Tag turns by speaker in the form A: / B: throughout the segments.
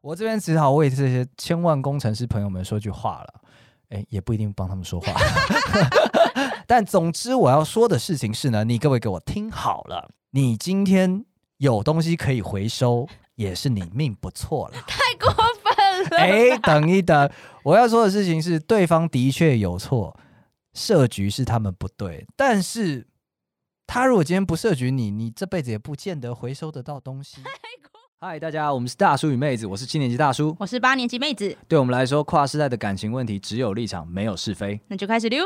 A: 我这边只好为这些千万工程师朋友们说句话了，哎，也不一定帮他们说话。 但总之我要说的事情是呢，你各位给我听好了，你今天有东西可以回收，也是你命不错了。
B: 太过分了。
A: 哎，等一等，我要说的事情是，对方的确有错，设局是他们不对，但是他如果今天不设局你，你这辈子也不见得回收得到东西。嗨，大家，我们是大叔与妹子，我是七年级大叔。
B: 我是八年级妹子，
A: 对我们来说，跨世代的感情问题只有立场，没有是非。
B: 那就开始溜。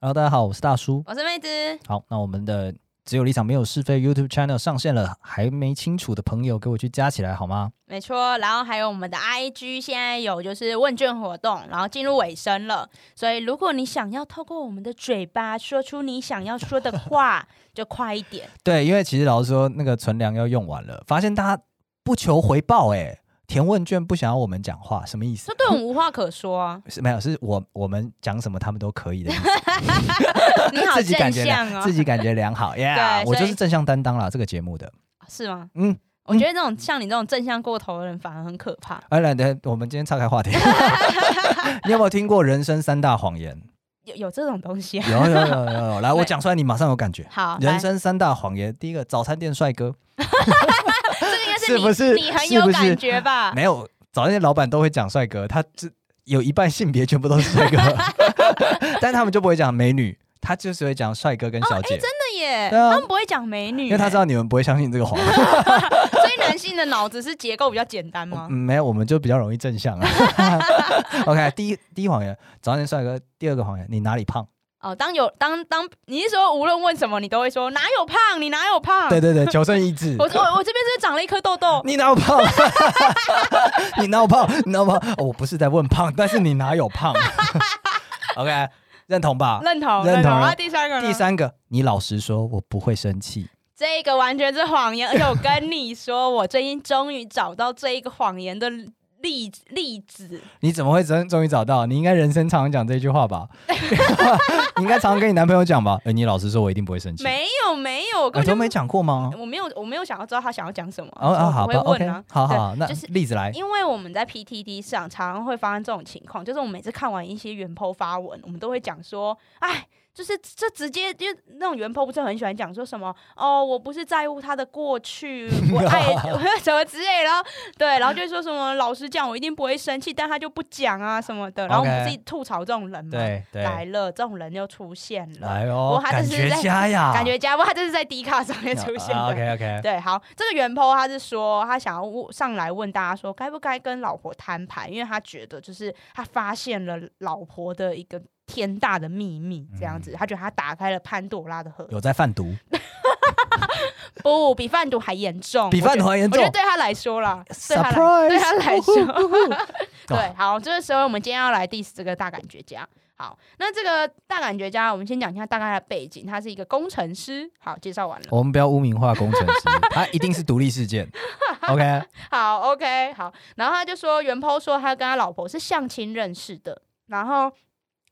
A: h e 大家好，我是大叔。
B: 我是妹子，
A: 好，那我们的只有立场，没有是非 YouTube channel 上线了，还没清楚的朋友给我去加起来好吗？
B: 没错。然后还有我们的 IG，现在有就是问卷活动，然后进入尾声了。所以如果你想要透过我们的嘴巴说出你想要说的 话，就快一点。
A: 对，因为其实老实说，那个存粮要用完了，发现大家不求回报、哎，填问卷不想要我们讲话，什么意思
B: 这？对我们无话可
A: 。
B: 说啊
A: 是没有，是我我们讲什么他们都可以的意思，
B: 你好
A: 自己感
B: 正
A: 觉
B: 向
A: 良
B: 哦，
A: 自己感觉良 好呀。
B: 对
A: 我就
B: 所以
A: 是正向担当啦，这个节目的。
B: 是吗？
A: 嗯，
B: 我觉得这种像你这种正向过头的人反而很可怕。
A: 哎，来，等我们今天岔开话题， 你有没有听过人生三大谎言？
B: 有有这种东西啊？
A: 有有有有有，来，我讲出来，你马上有感觉。
B: 好，来
A: 人生三大谎言，第一个，早餐店帅哥
B: 这个应该
A: 是不
B: 你
A: 是
B: 你很
A: 是不
B: 有
A: 是
B: 感觉吧？
A: 没有，早餐店老板都会讲帅哥，他这有一半性别全部都是 帅哥，但他们就不会讲美女，他就是会讲帅哥跟小姐，
B: 哦哎真的耶，
A: 对啊
B: 他们不会讲美女耶，
A: 因为他知道你们不会相信这个 谎。
B: 啊所以男性的脑子是结构比较简单吗
A: 嗯，？没有，我们就比较容易正向 啊。OK，第一第一谎言，早餐店帅哥；第二个谎言，你哪里胖？
B: 哦，当有当当，你是说无论问什么，你都会说哪有胖，你哪有胖？
A: 对对对，求生意志。
B: 我我我这边是不是长了一颗痘痘，
A: 你哪有胖？你哪有胖？你哪有胖？哦我不是在问胖，但是你哪有胖 ？OK，认同吧？
B: 认同
A: 认同
B: 同。
A: 了
B: 啊，第三个呢？
A: 第三个，你老实说，我不会生气。
B: 这个完全是谎言，而且 我跟你说，我最近终于找到这一个谎言的例例子。
A: 你怎么会终终于找到？你应该人生常常讲这句话吧？ 你应该常常跟你男朋友讲吧？哎、你老实说，我一定不会生气。
B: 没有没有，我
A: 哎
B: 根本就
A: 都没讲过吗？
B: 我没有我没有想要知道他想要讲什么，
A: 哦
B: 所以
A: 哦，
B: 我
A: 好
B: 不
A: 吧
B: 会
A: ，OK，
B: 问啊。
A: 好
B: 对
A: 好，那
B: 就是
A: 例子来。
B: 因为我们在 PTT 上常常会发生这种情况，就是我每次看完一些原 po 发文，我们都会讲说，哎。就是这直接就那种原 po 不是很喜欢讲说什么哦，我不是在乎他的过去，我 爱 什么之类的，然后对，然后就会说什么老实讲我一定不会生气，但他就不讲啊什么的，然后我们
A: OK
B: 自己吐槽这种人嘛，
A: 对对，
B: 来了这种人又出现了，
A: 来
B: 不
A: 哦
B: 过，他
A: 感
B: 这是
A: 觉
B: 在
A: 家呀，啊
B: 感觉家不，他这是在 D 卡上面出现的。
A: OK OK，
B: 对，好，这个原 po 他是说他想要问上来问大家说该不该跟老婆摊牌，因为他觉得就是他发现了老婆的一个天大的秘密，这样子，他觉得他打开了潘多拉的盒子，
A: 嗯有在贩毒，
B: 不比贩毒还严重，
A: 比
B: 我觉
A: 贩
B: 得
A: 毒还严
B: 我觉
A: 重
B: 得。对他来说啦，对他来
A: Surprise！
B: 对他来说，对
A: 哇，
B: 好，这个时候我们今天要来 diss 这个大感觉家。好，那这个大感觉家，我们先讲一下大概他的背景，他是一个工程师。好，介绍完了。
A: 我们不要污名化工程师，他一定是独立事 件。OK，
B: 好，OK，好。然后他就说，袁抛说他跟他老婆是相亲认识的，然后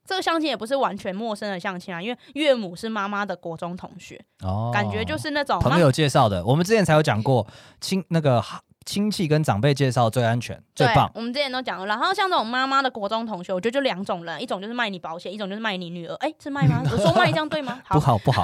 B: 这个相亲也不是完全陌生的相亲啊，因为岳母是妈妈的国中同学，
A: 哦，
B: 感觉就是那种
A: 朋
B: 妈
A: 友介绍的，我们之前才有讲过亲那个亲戚跟长辈介绍最安全最
B: 对
A: 棒。
B: 我们之前都讲了，然后像这种妈妈的国中同学，我觉得就两种人，一种就是卖你保险，一种就是卖你女儿。哎，是卖吗？我说卖这样对吗？好
A: 不，好不 好，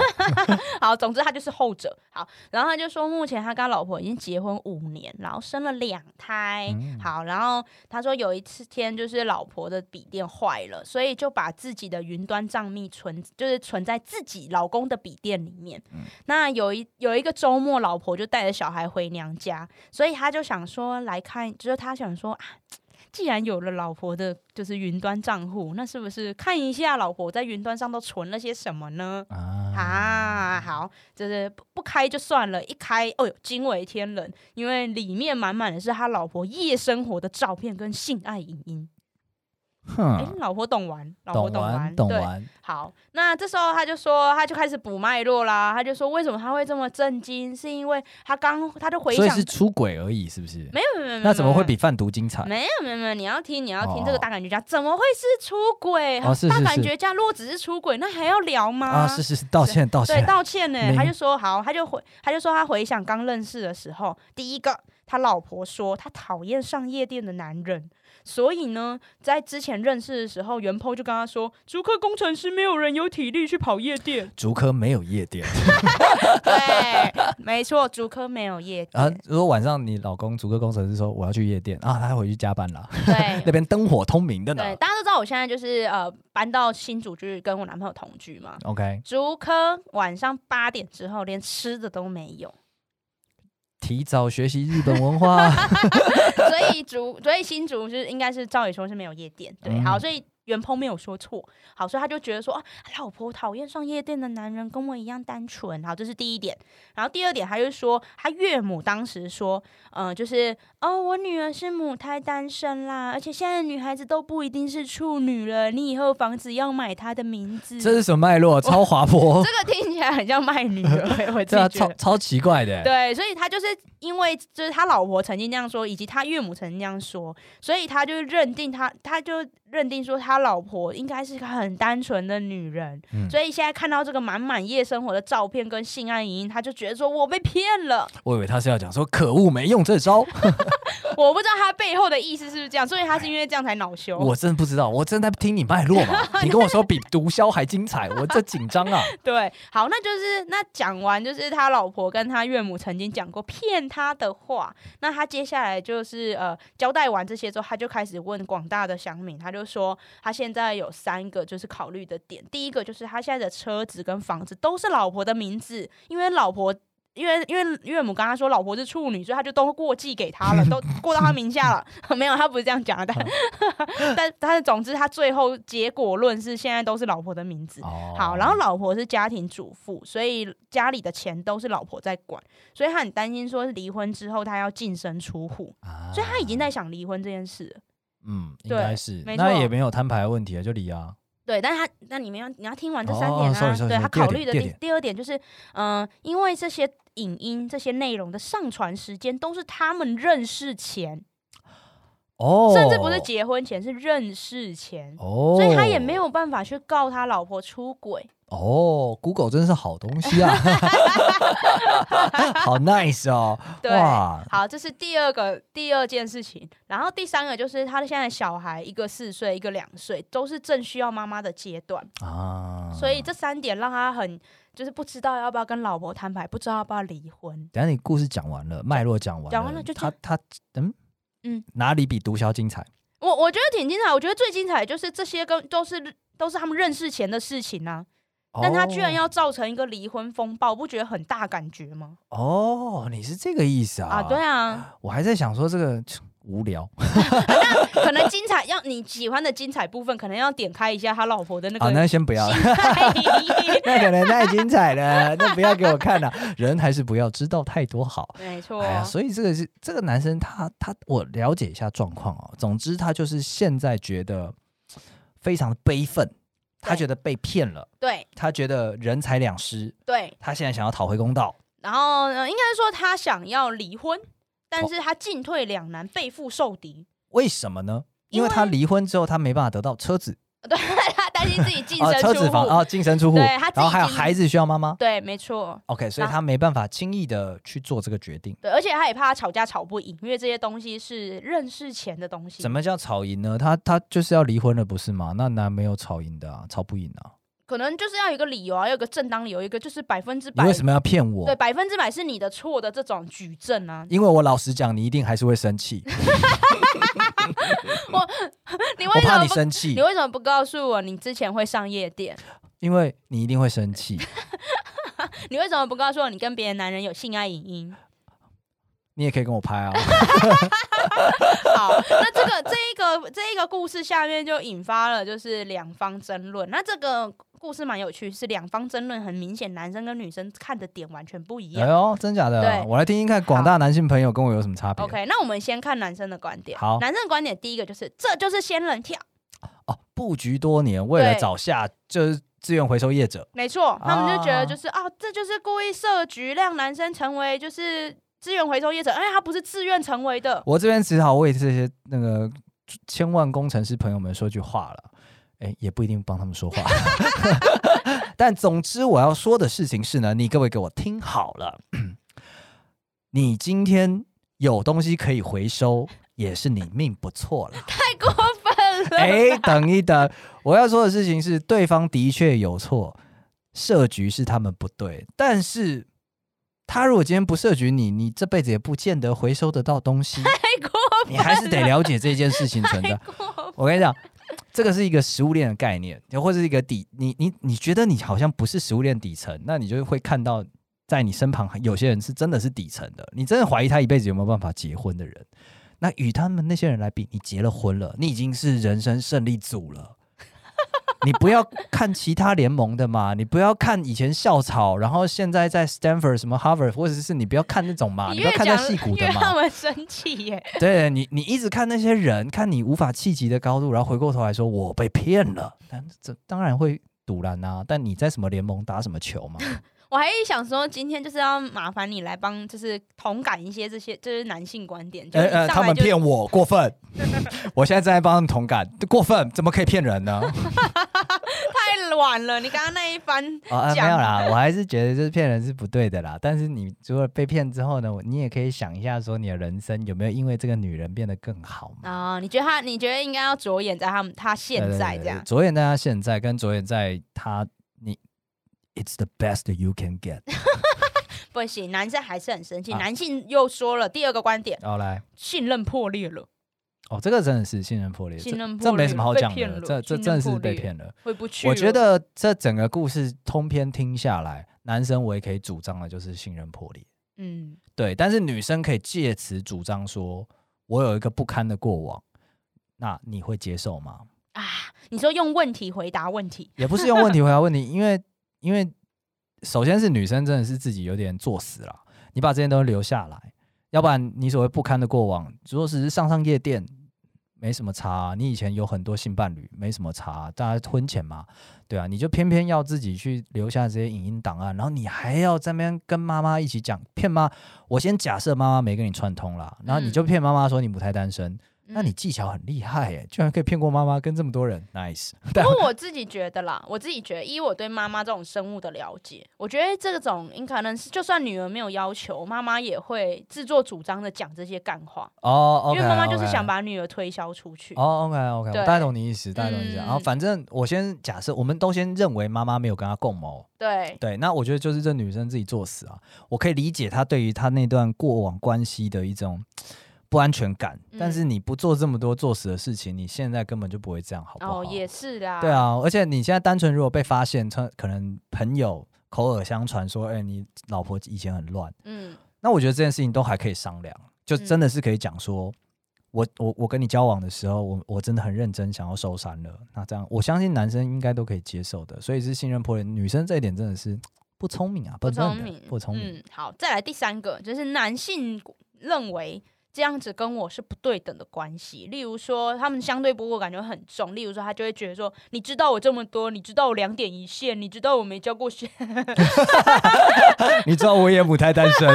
B: 好，总之他就是后者。好，然后他就说，目前他跟他老婆已经结婚五年，然后生了两胎。
A: 嗯
B: 好，然后他说有一次天就是老婆的笔电坏了，所以就把自己的云端账密存，就是存在自己老公的笔电里面。那有一有一个周末，老婆就带着小孩回娘家，所以他就想说来看，就是他想说啊。既然有了老婆的，就是云端账户，那是不是看一下老婆在云端上都存了些什么呢？
A: 啊，
B: 啊，好，就是不不开就算了，一开，哦呦，惊为天人，因为里面满满的是他老婆夜生活的照片跟性爱影音。哎、
A: 哼，
B: 老婆懂玩，老婆
A: 嗯懂
B: 哎懂玩，
A: 玩懂
B: 对，
A: 玩，
B: 好，那这时候他就说，他就开始补脉络啦。他就说，为什么他会这么震惊？是因为他刚他就回
A: 所以
B: 想，
A: 是出轨而已，是不是？
B: 没有没有没有，
A: 那怎么会
B: 没有
A: 比贩毒精彩？
B: 没有没有没有，你要听你要听、
A: 哦
B: 这个大感觉家怎么会是出轨？
A: 哦是是
B: 大感
A: 是
B: 觉家如果只是出轨，那还要聊吗？
A: 啊，是是是，道歉道
B: 对，
A: 歉，
B: 道歉呢，
A: 没。
B: 他就说好，他就回，他就说他回想刚认识的时候，第一个他老婆说他讨厌上夜店的男人，所以呢，在之前认识的时候，袁抛就跟他说，逐客工程师没有人有体力去跑夜店
A: 竹科没有夜店
B: 对，没错，逐客没有夜店，
A: 啊。如果晚上你老公竹科工程师说我要去夜店啊，他回去加班了，
B: 对
A: 那。边灯火通明的呢
B: 对，。大家都知道我现在就是呃搬到新竹，就是跟我男朋友同居嘛。
A: OK，
B: 竹科晚上八点之后连吃的都没有，
A: 提早学习日本文化，
B: 所以竹，所以新竹是应该是照理说是没有夜店，对，
A: 嗯
B: 好，所以袁鹏没有说错，好，所以他就觉得说啊，老婆讨厌上夜店的男人跟我一样单纯，好，这是第一点，然后第二点，他就说他岳母当时说，呃，就是哦，我女儿是母胎单身啦，而且现在的女孩子都不一定是处女了，你以后房子要买她的名字，
A: 这是什么脉络？超滑 坡，
B: 这个听起来很像卖女儿，我 自
A: 对啊，
B: 己觉
A: 超
B: 得。
A: 超奇怪的。
B: 对，所以他就是因为就是他老婆曾经那样说，以及他岳母曾经那样说，所以他就认定他，他就认定说他老婆应该是个很单纯的女人，
A: 嗯
B: 所以现在看到这个满满夜生活的照片跟性爱影音，他就觉得说我被骗了，
A: 我以为他是要讲说可恶没用这 招，
B: 我不知道他背后的意思是不是这样，所以他是因为这样才恼羞。
A: 我真的不知道，我正在听你脉络 嘛。你跟我说比毒枭还精彩，我这紧张啊。
B: 对，好，那就是那讲完就是他老婆跟他岳母曾经讲过骗他的话，那他接下来就是呃交代完这些之后，他就开始问广大的乡民，他就说他现在有三个就是考虑的点，第一个就是他现在的车子跟房子都是老婆的名字，因为老婆。因为因为岳母跟他说老婆是处女，所以他就都过继给他了，都过到他名下了。 没有，他不是这样讲的，但 但但是总之他最后结果论是现在都是老婆的名字。
A: 哦
B: 好，然后老婆是家庭主妇，所以家里的钱都是老婆在管，所以他很担心说离婚之后他要净身出户，
A: 啊
B: 所以他已经在想离婚这件事了。
A: 嗯，应
B: 对
A: 该是
B: 没
A: 那
B: 错
A: 也没有摊牌的问题啊，就离啊。
B: 对，但是他那你们要你要听完这
A: 哦
B: 三点啊，
A: sorry，sorry，
B: 对
A: sorry，
B: 他
A: 第二
B: 考虑
A: 点
B: 的
A: 第二
B: 第
A: 点
B: 第二点就是，嗯、因为这些影音这些内容的上传时间都是他们认识前，
A: 哦，
B: 甚至不是结婚前，是认识前。
A: 哦，
B: 所以他也没有办法去告他老婆出轨，
A: 哦，Google 真是好东西 啊， 好 nice 哦，
B: 对，
A: 哇，
B: 好，这是第二个第二件事情，然后第三个就是他的现在小孩一个四岁，一个两岁，都是正需要妈妈的阶段，
A: 啊，
B: 所以这三点让他很就是不知道要不要跟老婆摊牌，不知道要不要离婚。
A: 等一下你故事讲完了，脉络讲完了，
B: 讲完了就这
A: 他
B: 样
A: 他嗯
B: 嗯，
A: 哪里比毒枭精彩？
B: 我我觉得挺精彩，我觉得最精彩的就是这些跟都是都是他们认识前的事情啊，
A: 哦
B: 但他居然要造成一个离婚风暴，不觉得很大感觉吗？
A: 哦，哦你是这个意思啊？
B: 啊，对，啊，
A: 我还在想说这个无聊
B: 可能精彩要你喜欢的精彩部分，可能要点开一下他老婆的那
A: 啊，
B: 个
A: 那 先不要了。
B: 心态。
A: 那可能太精彩了，那不要给我看了、人还是不要知道太多好。
B: 没错，
A: 哎呀，所以这个是这个男生他他我了解一下状况哦。总之他就是现在觉得非常悲愤，他
B: 对
A: 觉得被骗了，
B: 对
A: 他觉得人财两失，
B: 对，
A: 他现在想要讨回公道。
B: 然后呃，应该说他想要离婚，但是他进退两难，背负受敌，
A: 为什么呢？因
B: 因
A: 为
B: 为
A: 他离婚之后，他没办法得到车子
B: 对 他担心自己 净
A: 啊、
B: 身
A: 车
B: 出
A: 子房
B: 户。
A: 啊、净身出户，
B: 对他自己
A: 然后还有
B: 已经
A: 孩子需要妈妈。
B: 对，没错，
A: OK，所以
B: 然后
A: 他没办法轻易的去做这个决定。
B: 对，而且他也怕他吵架吵不赢，因为这些东西是认识前的东西。
A: 什？么叫吵赢呢？他他就是要离婚了，不是吗？那男没有吵赢的啊，吵不赢啊。
B: 可能就是要有一个理由啊，要有一个正当理由，一个就是百分之
A: 你
B: 百
A: 为什么要骗
B: 对
A: 我？。
B: 百分之百是你的错的这种举证啊
A: 因为我老实讲，你一定还是会生气，
B: 你
A: 我
B: 为什
A: 怕
B: 么
A: 你
B: 不？
A: 生气
B: 你，为什么不告诉我你之前会上夜店？
A: 因为你一定会生 气，
B: 你为什么不告诉我你跟别的男人有性爱影音？
A: 你也可以跟我拍 啊。
B: 好，那这个这一个这一个故事下面就引发了就是两方争论。那这个故事蛮有趣，是两方争论，很明显男生跟女生看的点完全不一
A: 哎
B: 样。
A: 呦，真假的
B: 对？
A: 我来听听看，广大男性朋友跟我有什么差别
B: OK，那我们先看男生的观点。
A: 好
B: 男生的观点第一个就是这就是仙人跳，
A: 布局多年，为了
B: 对
A: 找下就是资源回收业者，
B: 没错，他们就觉
A: 啊
B: 得就是啊这就是故意设局让男生成为就是资源回收业者，而且他不是自愿成为的。
A: 我这边只好为这些那个千万工程师朋友们说句话了，哎，也不一定帮他们说话。但总之我要说的事情是呢，你各位给我听好了， 你今天有东西可以回收，也是你命不错了。
B: 太过分了。
A: 哎，等一等，我要说的事情是，对方的确有错，设局是他们不对，但是他如果今天不设局你，你这辈子也不见得回收得到东西，
B: 太过
A: 你
B: 分了，
A: 还是得了解这件事情 存在。
B: 太过分
A: 我跟你讲，这个是一个食物链的概念，或者是一个底，你你你觉得你好像不是食物链底层，那你就会看到。在你身旁，有些人是真的是底层的，你真的怀疑他一辈子有没有办法结婚的人，那与他们那些人来比，你结了婚了，你已经是人生胜利组了。你不要看其他联盟的嘛，你不要看以前校草，然后现在在 Stanford 什么 Harvard，或者是你不要看那种嘛，啊你
B: 你
A: 不要
B: 越
A: 看那
B: 讲
A: 戏骨
B: 越
A: 的嘛
B: 让。我生气耶！
A: 对你，你一直看那些人，看你无法企及的高度，然后回过头来说我被骗了，但这当然会堵然啊。但你在什么联盟打什么球 嘛？
B: 我还一想说，今天就是要麻烦你来帮，就是同感一些这些就是男性观点，就
A: 呃
B: 是一
A: 呃，他
B: 上来
A: 们
B: 就
A: 骗我过 分，我现在正在帮他们同感，过分，怎么可以骗人 呢？
B: 太软了。你刚刚那一番，
A: 哦、呃，没
B: 讲
A: 有啦，我还是觉得就是骗人是不对的啦。但是你如果被骗之后呢，我你也可以想一下，说你的人生有没有因为这个女人变得更好嘛？
B: 啊、你觉得他，你觉得应该要着眼在他们他现
A: 对对
B: 在
A: 对
B: 这样，
A: 着眼在她现在，跟着眼在她你，It's the best you can get。
B: 不行，男生还是很生气。
A: 啊
B: 男性又说了第二个观点，
A: 然后来，
B: 信任破裂了，
A: 哦，这个真的是信任破裂，
B: 信任
A: 这
B: 破
A: 这没
B: 裂
A: 什么好
B: 被
A: 讲
B: 骗
A: 的，
B: 了
A: 这这
B: 信
A: 真的
B: 任
A: 是
B: 破
A: 被
B: 裂
A: 骗了。
B: 回不去了。
A: 我觉得这整个故事通篇听下来，男生唯一可以主张的就是信任破裂。
B: 嗯，
A: 对，但是女生可以借此主张说，我有一个不堪的过往，那你会接受吗？
B: 啊，你说用问题回答问题，
A: 也不是用问题回答问题，因为因为首先是女生真的是自己有点作死了，你把这些东西留下来，要不然你所谓不堪的过往，如果只是上上夜店。没什么差啊、你以前有很多性伴侣，没什么差啊、大家婚前嘛，对啊，你就偏偏要自己去留下这些影音档案，然后你还要在那边跟妈妈一起讲骗妈。我先假设妈妈没跟你串通啦，然后你
B: 嗯
A: 就骗妈妈说你母胎单身，那
B: 嗯
A: 你技巧很厉害耶，居然可以骗过妈妈跟这么多人，nice。但
B: 不过我自己觉得啦，我自己觉得，以我对妈妈这种生物的了解，我觉得这种你可能是，就算女儿没有要求，妈妈也会自作主张的讲这些干话
A: 哦，OK，OK，
B: 因为妈妈就是想把女儿推销出去。
A: 哦，OK OK，我
B: 对
A: 大概懂你意思，大概懂你意思。然后
B: 嗯
A: 反正我先假设，我们都先认为妈妈没有跟她共谋，
B: 对，
A: 对，那我觉得就是这女生自己作死啊。我可以理解她对于她那段过往关系的一种不安全感，但
B: 嗯
A: 是你不做这么多作死的事情，你现在根本就不会这样，好不好？
B: 哦，也是啦。
A: 对，啊，而且你现在单纯如果被发现，他可能朋友口耳相传说，哎、你老婆以前很乱，
B: 嗯，
A: 那我觉得这件事情都还可以商量，就
B: 嗯
A: 真的是可以讲说，我我我跟你交往的时候，我我真的很认真想要收山了。那这样，我相信男生应该都可以接受的，所以是信任破裂。女生这一点真的是不聪明啊，
B: 不
A: 笨笨
B: 聪
A: 的
B: 明，
A: 不聪明。
B: 嗯，好，再来第三个，就是男性认为。这样子跟我是不对等的关系，例如说他们相对不过感觉很重，例如说他就会觉得说，你知道我这么多，你知道我两点一线，你知道我没交过学，
A: 你知道我也母胎单身，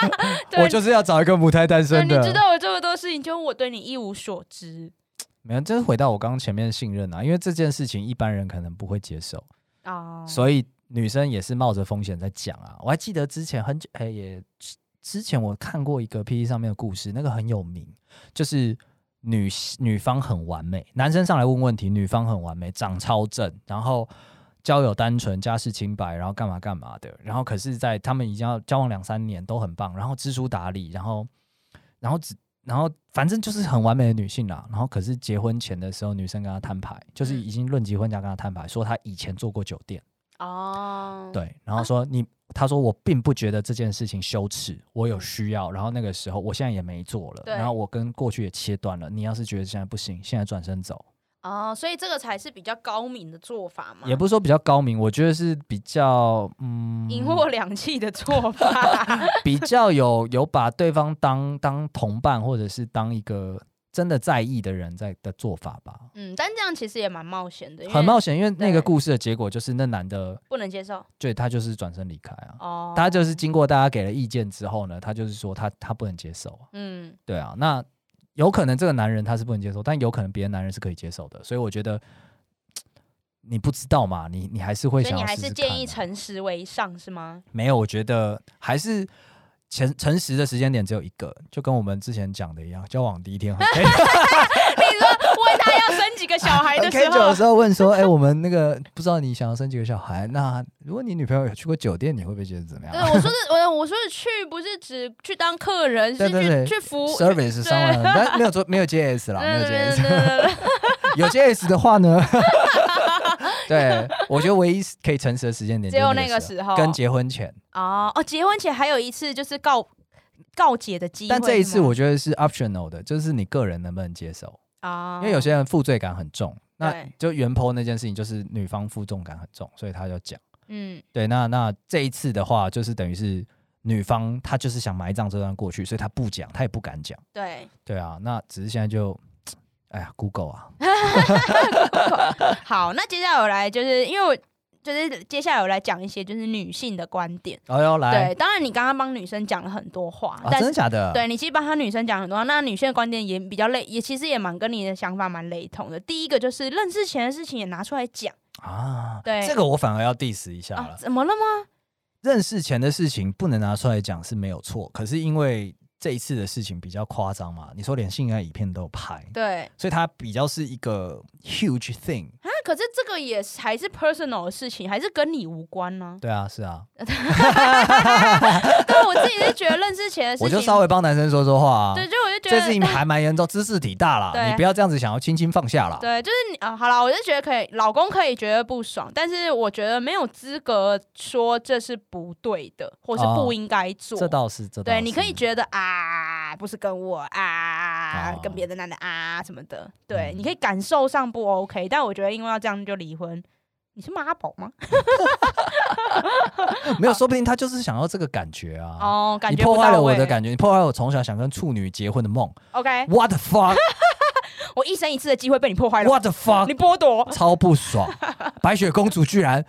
B: 对
A: 我就是要找一个母胎单
B: 对，
A: 身
B: 你知
A: 的。
B: 道我这么多事情，就我对你一无所知
A: 没有，这是回到我刚刚前面的信任啊，因为这件事情一般人可能不会接受，
B: 啊。
A: 所以女生也是冒着风险在讲啊。我还记得之前很久，哎、也之前我看过一个 P E 上面的故事，那个很有名，就是女女方很完美，男生上来问问题，女方很完美，长超正，然后。交友单纯，家世清白，然后干嘛干嘛的，然后可是，在他们已经要交往两三年，都很棒，然后知书达理，然后，然后只，然后反正就是很完美的女性啦。然后可是结婚前的时候，女生跟他摊牌，就是
B: 嗯
A: 已经论及婚嫁跟他摊牌，说他以前做过酒店。
B: 哦，
A: 对，然后说你，他说我并不觉得这件事情羞耻，我有需要，然后那个时候我现在也没做了，
B: 对
A: 然后我跟过去也切断了。你要是觉得现在不行，现在转身走，
B: 哦，所以这个才是比较高明的做法嘛，
A: 也不是说比较高明，我觉得是比较嗯，
B: 赢货两气的做 法。
A: 比较有有把对方当当同伴或者是当一个真的在意的人在的做法吧。
B: 嗯，但这样其实也蛮冒险的，因为
A: 很冒险，因为那个
B: 对
A: 故事的结果就是那男的，
B: 不能接受
A: 对他就是转身离开啊。
B: 哦。
A: 他就是经过大家给了意见之后呢，他就是说他他不能接受啊，
B: 嗯，
A: 对啊，那有可能这个男人他是不能接受，但有可能别的男人是可以接受的，所以我觉得你不知道嘛，你你还是会
B: 所以
A: 想
B: 你
A: 要
B: 还
A: 试试
B: 是
A: 看啊
B: 建议诚实为上是吗？
A: 没有，我觉得还是诚诚实的时间点只有一个，就跟我们之前讲的一样，交往第一 天很
B: 你说问他要生几个小孩的
A: 很
B: 时
A: K 九的
B: 候，
A: 时候问说，哎、我们那个不知道你想要生几个小孩，那如果你女朋友有去过酒店，你会不会觉得怎么
B: 对
A: 样
B: 我说的，我我说的去不是只去当客人，是
A: 对对对
B: 去去服务。
A: ？Service 上了，但没有做没有 JS 啦，没有 JS。
B: 对
A: 有 JS 的话 呢，对我觉得唯一可以诚实的时间点
B: 只有
A: 就是
B: 那
A: 那
B: 个
A: 个
B: 时
A: 时
B: 候
A: 候，跟结婚前。
B: 哦哦，结婚前还有一次就是告告解的机会是吗，
A: 但这一次我觉得是 optional 的，就是你个人能不能接受，
B: 啊，
A: 因为有些人负罪感很重。那
B: 对
A: 就原 po 那件事情，就是女方负重感很重，所以他就讲，
B: 嗯
A: 对，那那这一次的话，就是等于是女方她就是想埋葬这段过去，所以她不讲，她也不敢讲，
B: 对，
A: 对啊，那只是现在就，哎呀，Google 啊，
B: 好，那接下来我来就是因为我就是接下来我来讲一些就是女性的观点。
A: 哦哟来
B: 对，，当然你刚刚帮女生讲了很多话，
A: 啊，
B: 但
A: 真
B: 是
A: 的假的？
B: 对你其实帮她女生讲很多话，那女性的观点也比较类，也其实也蛮跟你的想法蛮雷同的。第一个就是认识前的事情也拿出来讲
A: 啊，
B: 对
A: 这个我反而要 diss 一下了
B: 啊，，怎么了吗？
A: 认识前的事情不能拿出来讲是没有错，可是因为这一次的事情比较夸张嘛，你说连性爱影片都有拍，
B: 对
A: 所以它比较是一个 huge thing。
B: 啊，可是这个也是还是 personal 的事情，还是跟你无关呢、
A: 对啊，是啊，
B: 对，我自己是觉得认识前的事
A: 我
B: 情，
A: 就稍微帮男生说说话啊。
B: 对，就我就觉
A: 这事 情
B: 得。
A: 还蛮严重，知识体大啦，
B: 对
A: 你不要这样子想要轻轻放下啦。
B: 对，就是你啊、好了，我就觉得可以，老公可以觉得不爽，但是我觉得没有资格说这是不对的，或是不
A: 哦
B: 应该做。
A: 这倒是，这倒
B: 对，
A: 是。
B: 你可以觉得啊，不是跟我啊，
A: 哦
B: 跟别的男的啊什么的，对，
A: 嗯
B: 你可以感受上不 OK，但我觉得因为要这样就离婚，你是妈宝吗？
A: 没有，说不定他就是想要这个感觉啊。
B: 哦，感
A: 你
B: 觉
A: 破
B: 不
A: 坏
B: 到
A: 了我
B: 位哎
A: 的感觉，你破坏了我从小想跟处女结婚的梦。
B: OK，
A: What the fuck？What
B: 我一生一次的机会被你破坏了，
A: the fuck？
B: 你剥夺，
A: 超不爽！白雪公主居然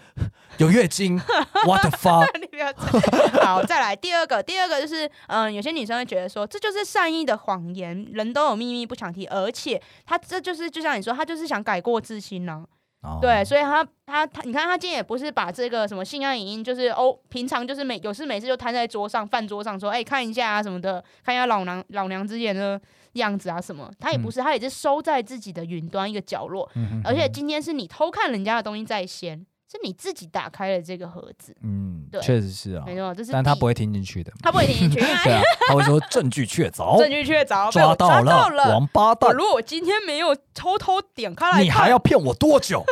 A: 有月经，what the fuck？
B: 你不要再好，再来第二个，第二个就是，嗯，有些女生会觉得说，这就是善意的谎言，人都有秘密不想提，而且她这就是就像你说，她就是想改过自新呢、
A: 哦
B: 对，，所以她她她，你看她今天也不是把这个什么性爱影音，就是哦，平常就是每有事没事就摊在桌上饭桌上说，哎、看一下啊什么的，看一下老娘老娘之前的样子啊什么，她也不是，她也是收在自己的云端一个角落，
A: 嗯哼
B: 而且今天是你偷看人家的东西在先，是你自己打开了这个盒子。
A: 嗯
B: 对，
A: 确实是啊，
B: 没错，这是
A: 但他
B: 第
A: 不会听进去的，
B: 他不会点进 去，因为
A: 对
B: 他
A: 啊，他会说证据确
B: 证
A: 凿，
B: 据确凿，被
A: 抓
B: 我
A: 到
B: 了。
A: 王八
B: 我
A: 蛋，
B: 如果今天没有偷偷点开来看，
A: 你还要骗我多久？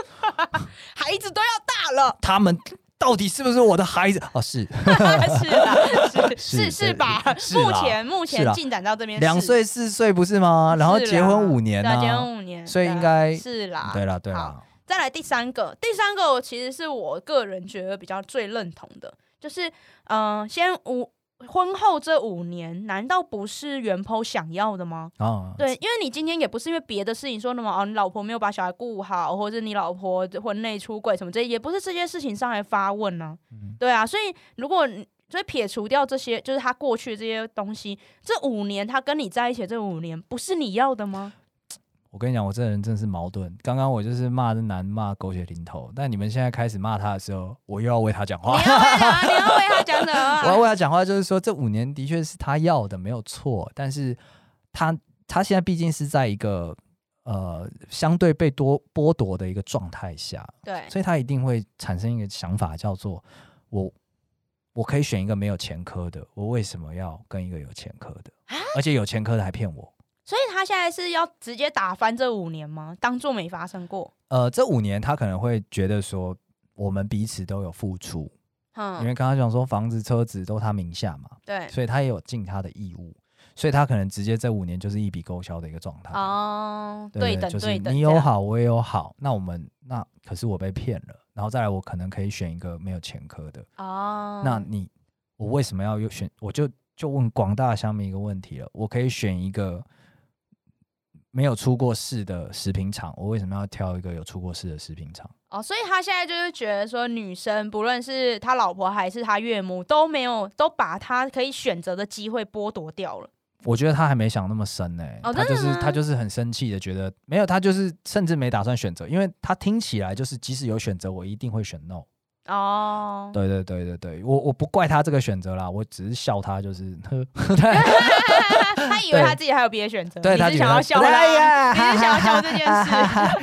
B: 孩子都要大了，
A: 他们到底是不是我的孩子？哦，是
B: 是 啦，
A: 是
B: 是是
A: 是
B: 吧？
A: 是
B: 目
A: 啦
B: 前目
A: 是
B: 前
A: 啦
B: 进展到这边是，
A: 两岁四岁不是吗？然后
B: 是啦
A: 结婚五年
B: 对啊，结
A: 呢？
B: 婚五年，
A: 所以
B: 对啊
A: 应该
B: 是啦，
A: 对了对
B: 好
A: 了，
B: 再来第三个，第三个我其实是我个人觉得比较最认同的，就是嗯、呃先五婚后这五年，难道不是原 p 想要的吗？
A: 啊，
B: 对，因为你今天也不是因为别的事情说什么哦，你老婆没有把小孩顾好，或者是你老婆婚内出轨什么这些，也不是这些事情上来发问呢、
A: 嗯
B: 对啊，所以如果你所以撇除掉这些，就是他过去的这些东西，这五年他跟你在一起的这五年，不是你要 的吗？
A: 我跟你讲，我这人真是矛盾。刚刚我就是骂这男骂狗血淋头，但你们现在开始骂他的时候，我又要为他讲话
B: 你。要为他，你要为他讲什
A: 我要
B: 么？啊
A: 为他讲话，就是说这五年的确是他要的，没有错。但是他他现在毕竟是在一个呃相对被多剥夺的一个状态下，
B: 对，
A: 所以他一定会产生一个想法，叫做我我可以选一个没有前科的，我为什么要跟一个有前科的？
B: 啊
A: 而且有前科的还骗我。
B: 所以他现在是要直接打翻这五年吗？当做没发生过？
A: 呃，这五年他可能会觉得说我们彼此都有付出，因
B: 嗯，
A: 为刚刚讲说房子、车子都他名下嘛，
B: 对，
A: 所以他也有尽他的义务，所以他可能直接这五年就是一笔勾销的一个状态。
B: 哦，
A: 对
B: 等
A: 就是
B: 对等，
A: 你
B: 这
A: 有
B: 样，
A: 好，我也有好，那我们那可是我被骗了，然后再来我可能可以选一个没有前科的，
B: 哦，
A: 那你我为什么要又选？我就就问广大乡民一个问题了，我可以选一个没有出过事的食品厂，我为什么要挑一个有出过事的食品厂？
B: 哦，所以他现在就是觉得说，女生不论是他老婆还是他岳母，都没有都把他可以选择的机会剥夺掉了。
A: 我觉得他还没想那么深呢、
B: 哦
A: 他
B: 真的
A: 就是
B: 吗
A: 他就是很生气的，觉得没有，他就是甚至没打算选择，因为他听起来就是即使有选择，我一定会选 no。
B: 哦，
A: 对对对对对，我我不怪他这个选择啦，我只是笑他就是， 呵对
B: 他以为
A: 对
B: 他自己还有别的选择，
A: 对
B: 你
A: 他
B: 是想要笑他，
A: 哎呀，
B: 你是想要笑这件 事。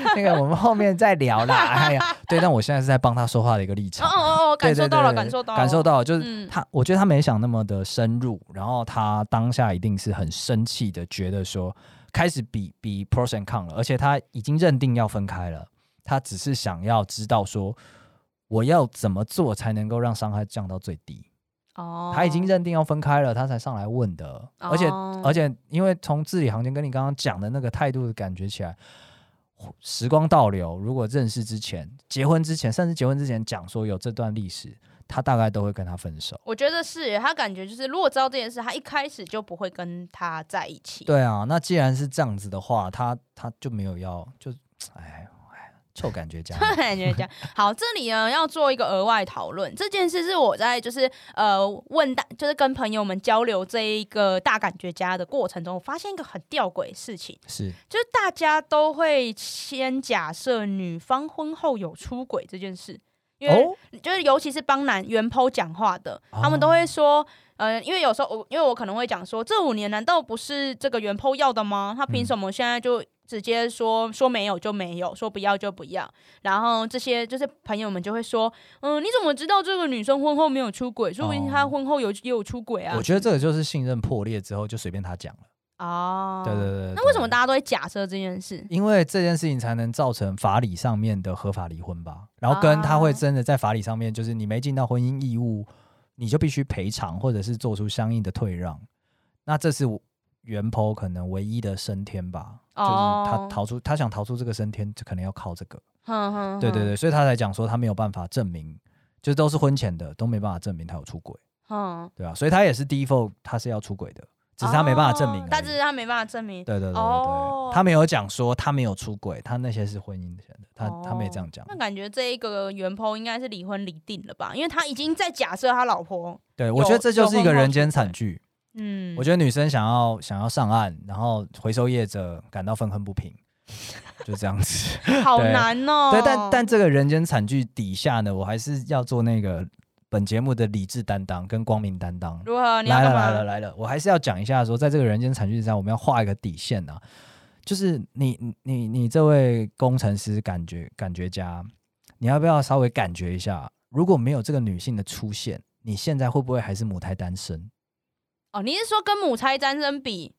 A: 事。那个我们后面再聊啦。哎呀，对，但我现在是在帮他说话的一个立
B: 哦
A: 场。
B: 哦哦，
A: 对
B: 感受到了，
A: 对对
B: 感受到了，
A: 感受到了，就是
B: 嗯
A: 他，我觉得他没想那么的深入，然后他当下一定是很生气的，觉得说开始比比 pros and con 了，而且他已经认定要分开了，他只是想要知道说我要怎么做才能够让伤害降到最低。
B: 哦，
A: 他已经认定要分开了，他才上来问的。而且
B: 哦
A: 而且，因为从字里行间跟你刚刚讲的那个态度的感觉起来，时光倒流，如果认识之前、结婚之前，甚至结婚之前讲说有这段历史，他大概都会跟他分手。
B: 我觉得是他感觉就是，如果知道这件事，他一开始就不会跟他在一起。
A: 对啊，那既然是这样子的话，他他就没有要就哎哎臭感觉家。
B: 感觉这样。好，这里呢要做一个额外讨论，这件事是我在就是呃问大，就是跟朋友们交流这一个大感觉家的过程中，我发现一个很吊诡的事情，
A: 是
B: 就是大家都会先假设女方婚后有出轨这件事， 因为
A: 哦，
B: 就是尤其是帮男原 PO 讲话的，
A: 哦
B: 他们都会说，呃，因为有时候我因为我可能会讲说，这五年难道不是这个原 PO 要的吗？他凭
A: 嗯
B: 什么现在就直接说说没有就没有，说不要就不要？然后这些就是朋友们就会说，嗯，你怎么知道这个女生婚后没有出轨？说不定她婚后有也有出轨啊？
A: 哦我觉得这个就是信任破裂之后就随便他讲了。
B: 啊，
A: 对对对对
B: 那为什么
A: 对
B: 大家都会假设这件事？
A: 因为这件事情才能造成法理上面的合法离婚吧，然后跟
B: 啊
A: 他会真的在法理上面，就是你没尽到婚姻义务，你就必须赔偿或者是做出相应的退让。那这是原剖可能唯一的升天吧，就是他
B: 哦
A: 逃出，他想逃出这个升天，就可能要靠这个。
B: 哼嗯哼，
A: 对对，对，所以他才讲说他没有办法证明，就是都是婚前的，都没办法证明他有出轨，
B: 嗯，
A: 对吧、啊所以他也是 default，他是要出轨的，只是他没办法证明而
B: 哦
A: 已。
B: 但是他没办法证明。
A: 对对对对对，
B: 哦
A: 他没有讲说他没有出轨，他那些是婚姻前的，他、他没这样讲
B: 哦那。感觉这一个原 po 应该是离婚离定了吧？因为他已经在假设他老婆，
A: 对，我觉得这就是一个人间惨剧。
B: 嗯，
A: 我觉得女生想要想要上岸，然后回收业者感到愤恨不平，就这样子。
B: 得好
A: 对
B: 难 哦。
A: 对，但但这个人间惨剧底下呢，我还是要做那个本节目的理智担当跟光明担当。
B: 如啊何？你要
A: 来
B: 干
A: 了
B: 嘛？
A: 来了来了，我还是要讲一下说，在这个人间惨剧之上，我们要画一个底线啊，就是你你你你这位工程师感觉感觉家，你要不要稍微感觉一下，如果没有这个女性的出现，你现在会不会还是母胎单身？
B: 哦，你是说跟母胎单身比，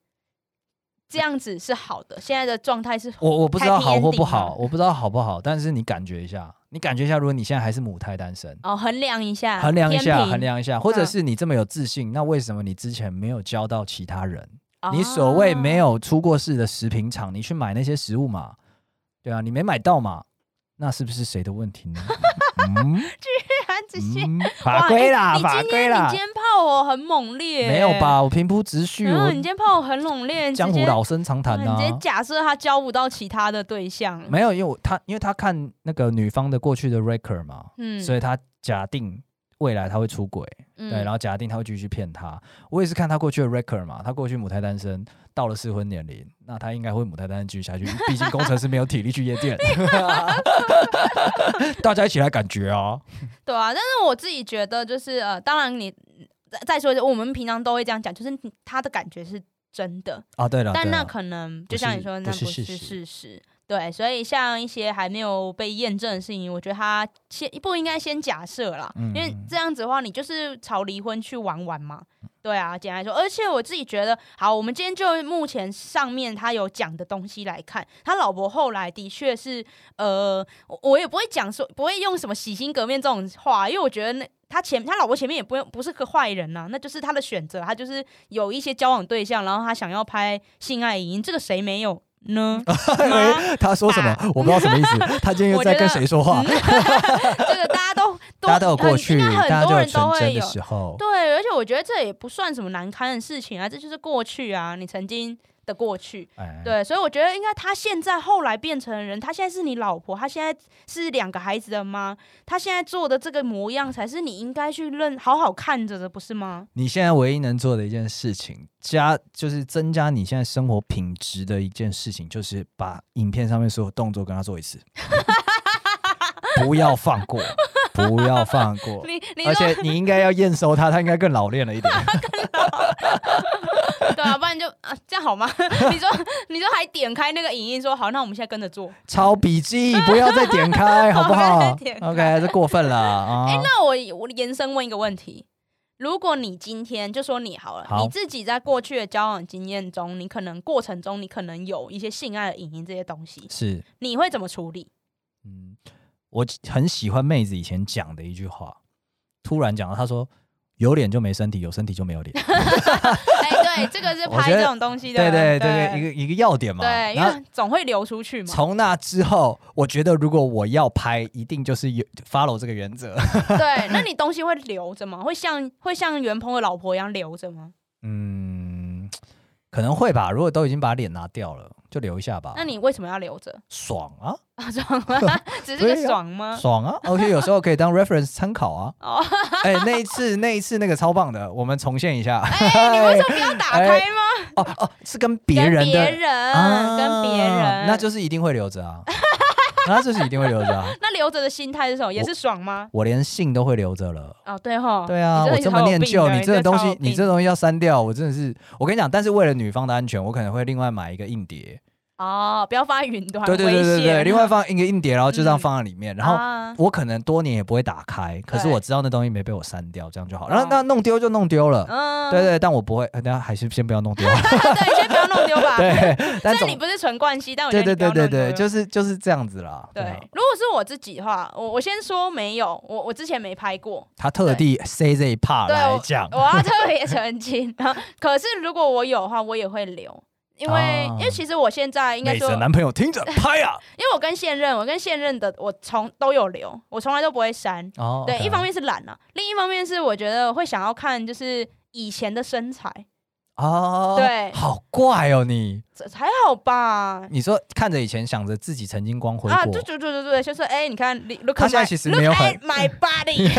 B: 这样子是好的？现在的状态是
A: 我我不知道
B: Happy
A: 好或不
B: ending
A: 好，
B: 吗
A: 我不知道好不好，但是你感觉一下，你感觉一下，如果你现在还是母胎单身。
B: 哦，衡量一下，
A: 衡量一
B: 天
A: 下，
B: 平
A: 衡，量一下，或者
B: 嗯
A: 是你这么有自信，那为什么你之前没有交到其他人？
B: 哦
A: 你所谓没有出过事的食品厂，你去买那些食物嘛？对啊，你没买到嘛？那是不是谁的问题呢？ 嗯，
B: 直接
A: 嗯
B: 哇
A: 法规
B: 哎
A: 啦，
B: 你
A: 法
B: 今
A: 规
B: 天你
A: 啦
B: 今，天泡我很猛烈，
A: 没有？吧？我平铺直叙，
B: 嗯，
A: 我
B: 你今天泡我很猛烈，你直
A: 江湖
B: 接
A: 老生常谈
B: 嗯你直接
A: 啊。
B: 假设他交不到其他的对象，
A: 没有，因为我他因为他看那个女方的过去的 record 嘛，
B: 嗯
A: 所以他假定未来他会出轨，
B: 对
A: 对，然后假定他会继续骗他。我也是看他过去的 record 嘛，他过去母胎单身，到了适婚年龄，那他应该会母胎单身继续下去，毕竟工程师没有体力去夜店。 大家一起来感觉哦，
B: 对啊，但是我自己觉得就是呃，当然你再再说一次，我们平常都会这样讲，就是你他的感觉是真的，
A: 啊，对了，
B: 但
A: 对
B: 那
A: 了
B: 可能
A: 不
B: 就像你
A: 是
B: 说，
A: 不
B: 那
A: 是
B: 不
A: 事
B: 是
A: 实
B: 事实。对，所以像一些还没有被验证的事情，我觉得他先不应该先假设啦，
A: 嗯
B: 因为这样子的话，你就是朝离婚去玩玩嘛。对啊，简单来说，而且我自己觉得，好，我们今天就目前上面他有讲的东西来看，他老婆后来的确是，呃，我我也不会讲说，不会用什么洗心革面这种话，因为我觉得那他前他老婆前面也不用不是个坏人呐、那就是他的选择，他就是有一些交往对象，然后他想要拍性爱影音，这个谁没有 呢？
A: 哎
B: 妈
A: 他说什么
B: 啊
A: 我不知道什么意 思，他今天又
B: 我
A: 在
B: 觉
A: 跟
B: 得嗯
A: 谁说话？
B: 这个大家 都
A: 大家都有过去，
B: 很应该
A: 大家都
B: 很多
A: 有
B: 人都
A: 纯
B: 会
A: 真
B: 有
A: 的。时候。
B: 对，而且我觉得这也不算什么难堪的事情啊，这就是过去啊，你曾经的过去。
A: 哎，
B: 对，所以我觉得应该她现在后来变成人，她现在是你老婆，她现在是两个孩子的妈，她现在做的这个模样才是你应该去认好好看着的，不是吗？
A: 你现在唯一能做的一件事情，加就是增加你现在生活品质的一件事情，就是把影片上面所有动作跟他做一 次，不要放过，不要放过。
B: 你你
A: 哦而
B: 说
A: 且你应该要验收他，他应该更老练了一 点。
B: 对啊，不然就啊这样好吗？ 你说你说还点开那个影音说好，那我们现在跟着做。
A: 抄笔记，不要再点 开，好不
B: 不
A: 好
B: 要再点开
A: ？OK，这过分了
B: 哎、
A: 啊！
B: 那我我延伸问一个问题：如果你今天就说你好了，
A: 好
B: 你自己在过去的交往经验中，你可能过程中你可能有一些性爱的影音这些东西，
A: 是，
B: 你会怎么处理？
A: 嗯，我很喜欢妹子以前讲的一句话，突然讲到，她说：“有脸就没身体，有身体就没有脸。”
B: 哎、对，这个是
A: 我
B: 拍
A: 觉得
B: 这种东西的，
A: 对对对，一
B: 对
A: 个一个要点嘛。
B: 对，因
A: 然后
B: 为总会流出去嘛。
A: 从那之后，我觉得如果我要拍，一定就是有 follow 这个原则。
B: 对，那你东西会留着吗？会像会像袁鹏的老婆一样留着吗？
A: 嗯，可能会吧。如果都已经把脸拿掉了，就留一下吧。
B: 那你为什么要留着？
A: 爽啊，
B: 啊爽 吗？只是
A: 对
B: 个
A: 啊
B: 爽 吗？
A: 爽啊！而且有时候可以当 reference 参考啊。
B: 哦，
A: 哎，那一次那一次那个超棒的，我们重现一下。
B: 哎、你为什么不要打
A: 哎
B: 开吗？
A: 哦哦，是跟别人的
B: 跟别人，
A: 啊
B: 跟别人，
A: 那就是一定会留着啊。那就是一定会留着 啊。
B: 那留着的心态是什么？也是爽吗？
A: 我连信都会留着了。
B: 哦，对吼，
A: 对啊，
B: 你
A: 我
B: 真的
A: 这么念旧，你这
B: 这
A: 个东西，你这东西要删掉，我真的是，我跟你讲，但是为了女方的安全，我可能会另外买一个硬 碟，
B: 哦，不要发云端，
A: 对对对对对，另外放一个硬碟，然后就这样
B: 啊嗯
A: 放在里面，然后
B: 后
A: 我可能多年也不会打开，可是
B: 对
A: 我知道那东西没被我删掉，这样就好。然后
B: 哦
A: 那弄丢就弄丢了，
B: 嗯，啊
A: 对对，但我不会，呃等下还是先不要弄丢，
B: 对，先不要弄丢 吧。
A: 对， 但
B: 虽然你
A: 总
B: 不是纯惯系，但我觉
A: 对
B: 得
A: 对
B: 你不要
A: 对
B: 弄
A: 对
B: 丢
A: 对，就是就是这样子啦。
B: 对
A: 啊，
B: 如果是我自己的话，我我先说没有，我我之前没拍过，
A: 他特地 C 这一 part
B: 对
A: 来
B: 我
A: 讲
B: 我，要特别澄清。 然后可是如果我有的话，我也会留。因为，
A: 哦
B: 因为其实我现在应该
A: 妹子
B: 说，
A: 的男朋友听着拍 啊，
B: 因为我跟现任，我跟现任的我从都有留，我从来都不会删。
A: 哦
B: 对，
A: OK
B: 一方面是懒啊，另一方面是我觉得会想要看就是以前的身材，
A: 哦，
B: 对
A: 好怪哦你。
B: 这还好吧？
A: 你说看着以前，想着自己曾经光辉
B: 啊，
A: 嗯过，
B: 对对对对对，就是哎、你看，look
A: 他
B: at
A: 现在
B: my
A: 其实
B: look
A: 没有很
B: at my body，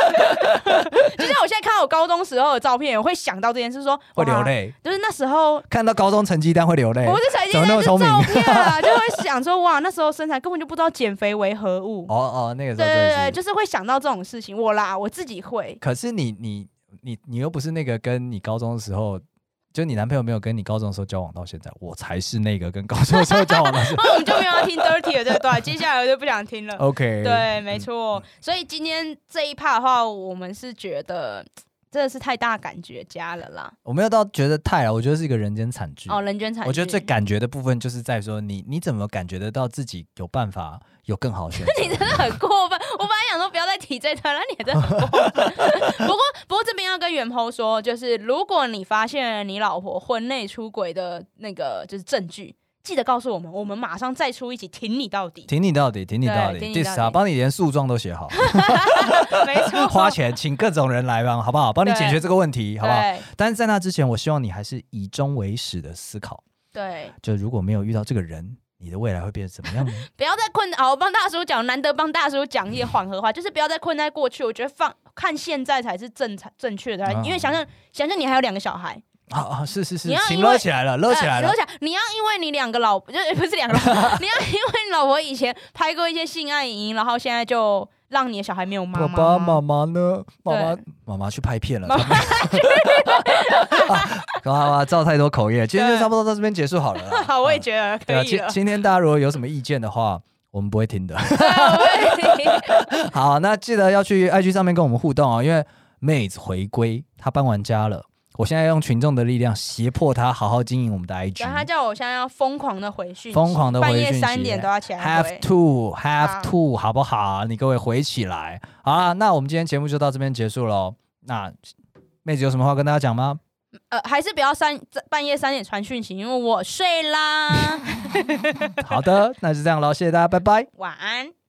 B: 就像我现在看到我高中时候的照片，我会想到这件事说，
A: 会流
B: 哇，
A: 泪，
B: 就是那时候
A: 看到高中成绩单会流泪
B: 我。不是曾
A: 怎
B: 经
A: 么那
B: 那
A: 么
B: 是
A: 聪明
B: 照 片啊，就会想说哇，那时候身材根本就不知道减肥为何物。
A: 哦哦，那个时
B: 对
A: 候真
B: 对
A: 的
B: 对，
A: 是。
B: 就是会想到这种事情，我啦，我自己会，
A: 可是你你你你又不是那个跟你高中的时候，就你男朋友没有跟你高中的时候交往到现在，我才是那个跟高中的时候交往到现在。
B: 那我们就没有要听 dirty 的这段，接下来我就不想听 了。
A: OK，
B: 对，
A: 嗯
B: 没错。所以今天这一趴的话，我们是觉得真的是太大感觉家了啦。
A: 我没有到觉得太了，我觉得是一个人间惨剧。
B: 哦，人间惨剧，
A: 我觉得最感觉的部分就是在说你你怎么感觉得到自己有办法有更好的选择？
B: 你真的很过分。我本来想说不要再提这段了，你也真的很过 分。不过，不过这边要跟袁鹏说，就是如果你发现你老婆婚内出轨的那个就是证据，记得告诉我们，我们马上再出一集挺 你到底。
A: 挺你到底，挺你
B: 对
A: 到底
B: 挺你到
A: ，diss
B: 底
A: 他，帮你连诉状都写好。
B: 没错，
A: 花钱请各种人来吧，好不好？帮你解决这个问题，
B: 对
A: 好不好？但是在那之前，我希望你还是以终为始的思考，
B: 对，
A: 就如果没有遇到这个人，你的未来会变成怎 么样呢？
B: 不要再困好，我帮大叔讲，难得帮大叔讲一些缓和话，就是不要再困在过去。我觉得放看现在才是正常正确的，
A: 嗯
B: 因为想想想想，你还有两个小孩，
A: 啊啊，是是是
B: 你要，
A: 请
B: 因为
A: 勒起来了，勒起来
B: 呃
A: 了
B: 我。 想你要因为你两个老就是不是两个老婆，你要因为你老婆以前拍过一些性爱影音，然后现在就让你的小孩没有妈
A: 爸
B: 妈。
A: 爸妈妈呢？妈妈
B: 对
A: 妈妈去拍片了，
B: 妈
A: 他们 啊妈妈造太多口业，今天就
B: 对
A: 差不多到这边结束好 了啦。
B: 好，我也
A: 啊
B: 觉得
A: 对啊，
B: 可以
A: 今
B: 了。
A: 今天大家如果有什么意见的话，我们不会听的。
B: 对我 也
A: 好，那记得要去 IG 上面跟我们互动哦，因为妹子回归，她搬完家了。我现在用群众的力量胁迫她好好经营我们的
B: 然后
A: IG。
B: 他叫我现在要疯狂的回讯息，
A: 疯狂地回
B: 半夜
A: 讯息
B: 三点都要起来
A: Have
B: 回。
A: to, have
B: 好
A: to，好不好？你各位回起来。好啦，那我们今天节目就到这边结束喽。那妹子有什么话跟大家讲吗？
B: 呃，还是不要三半夜三点传讯息，因为我睡啦。
A: 好的，那就这样喽，谢谢大家，拜拜。
B: 晚安。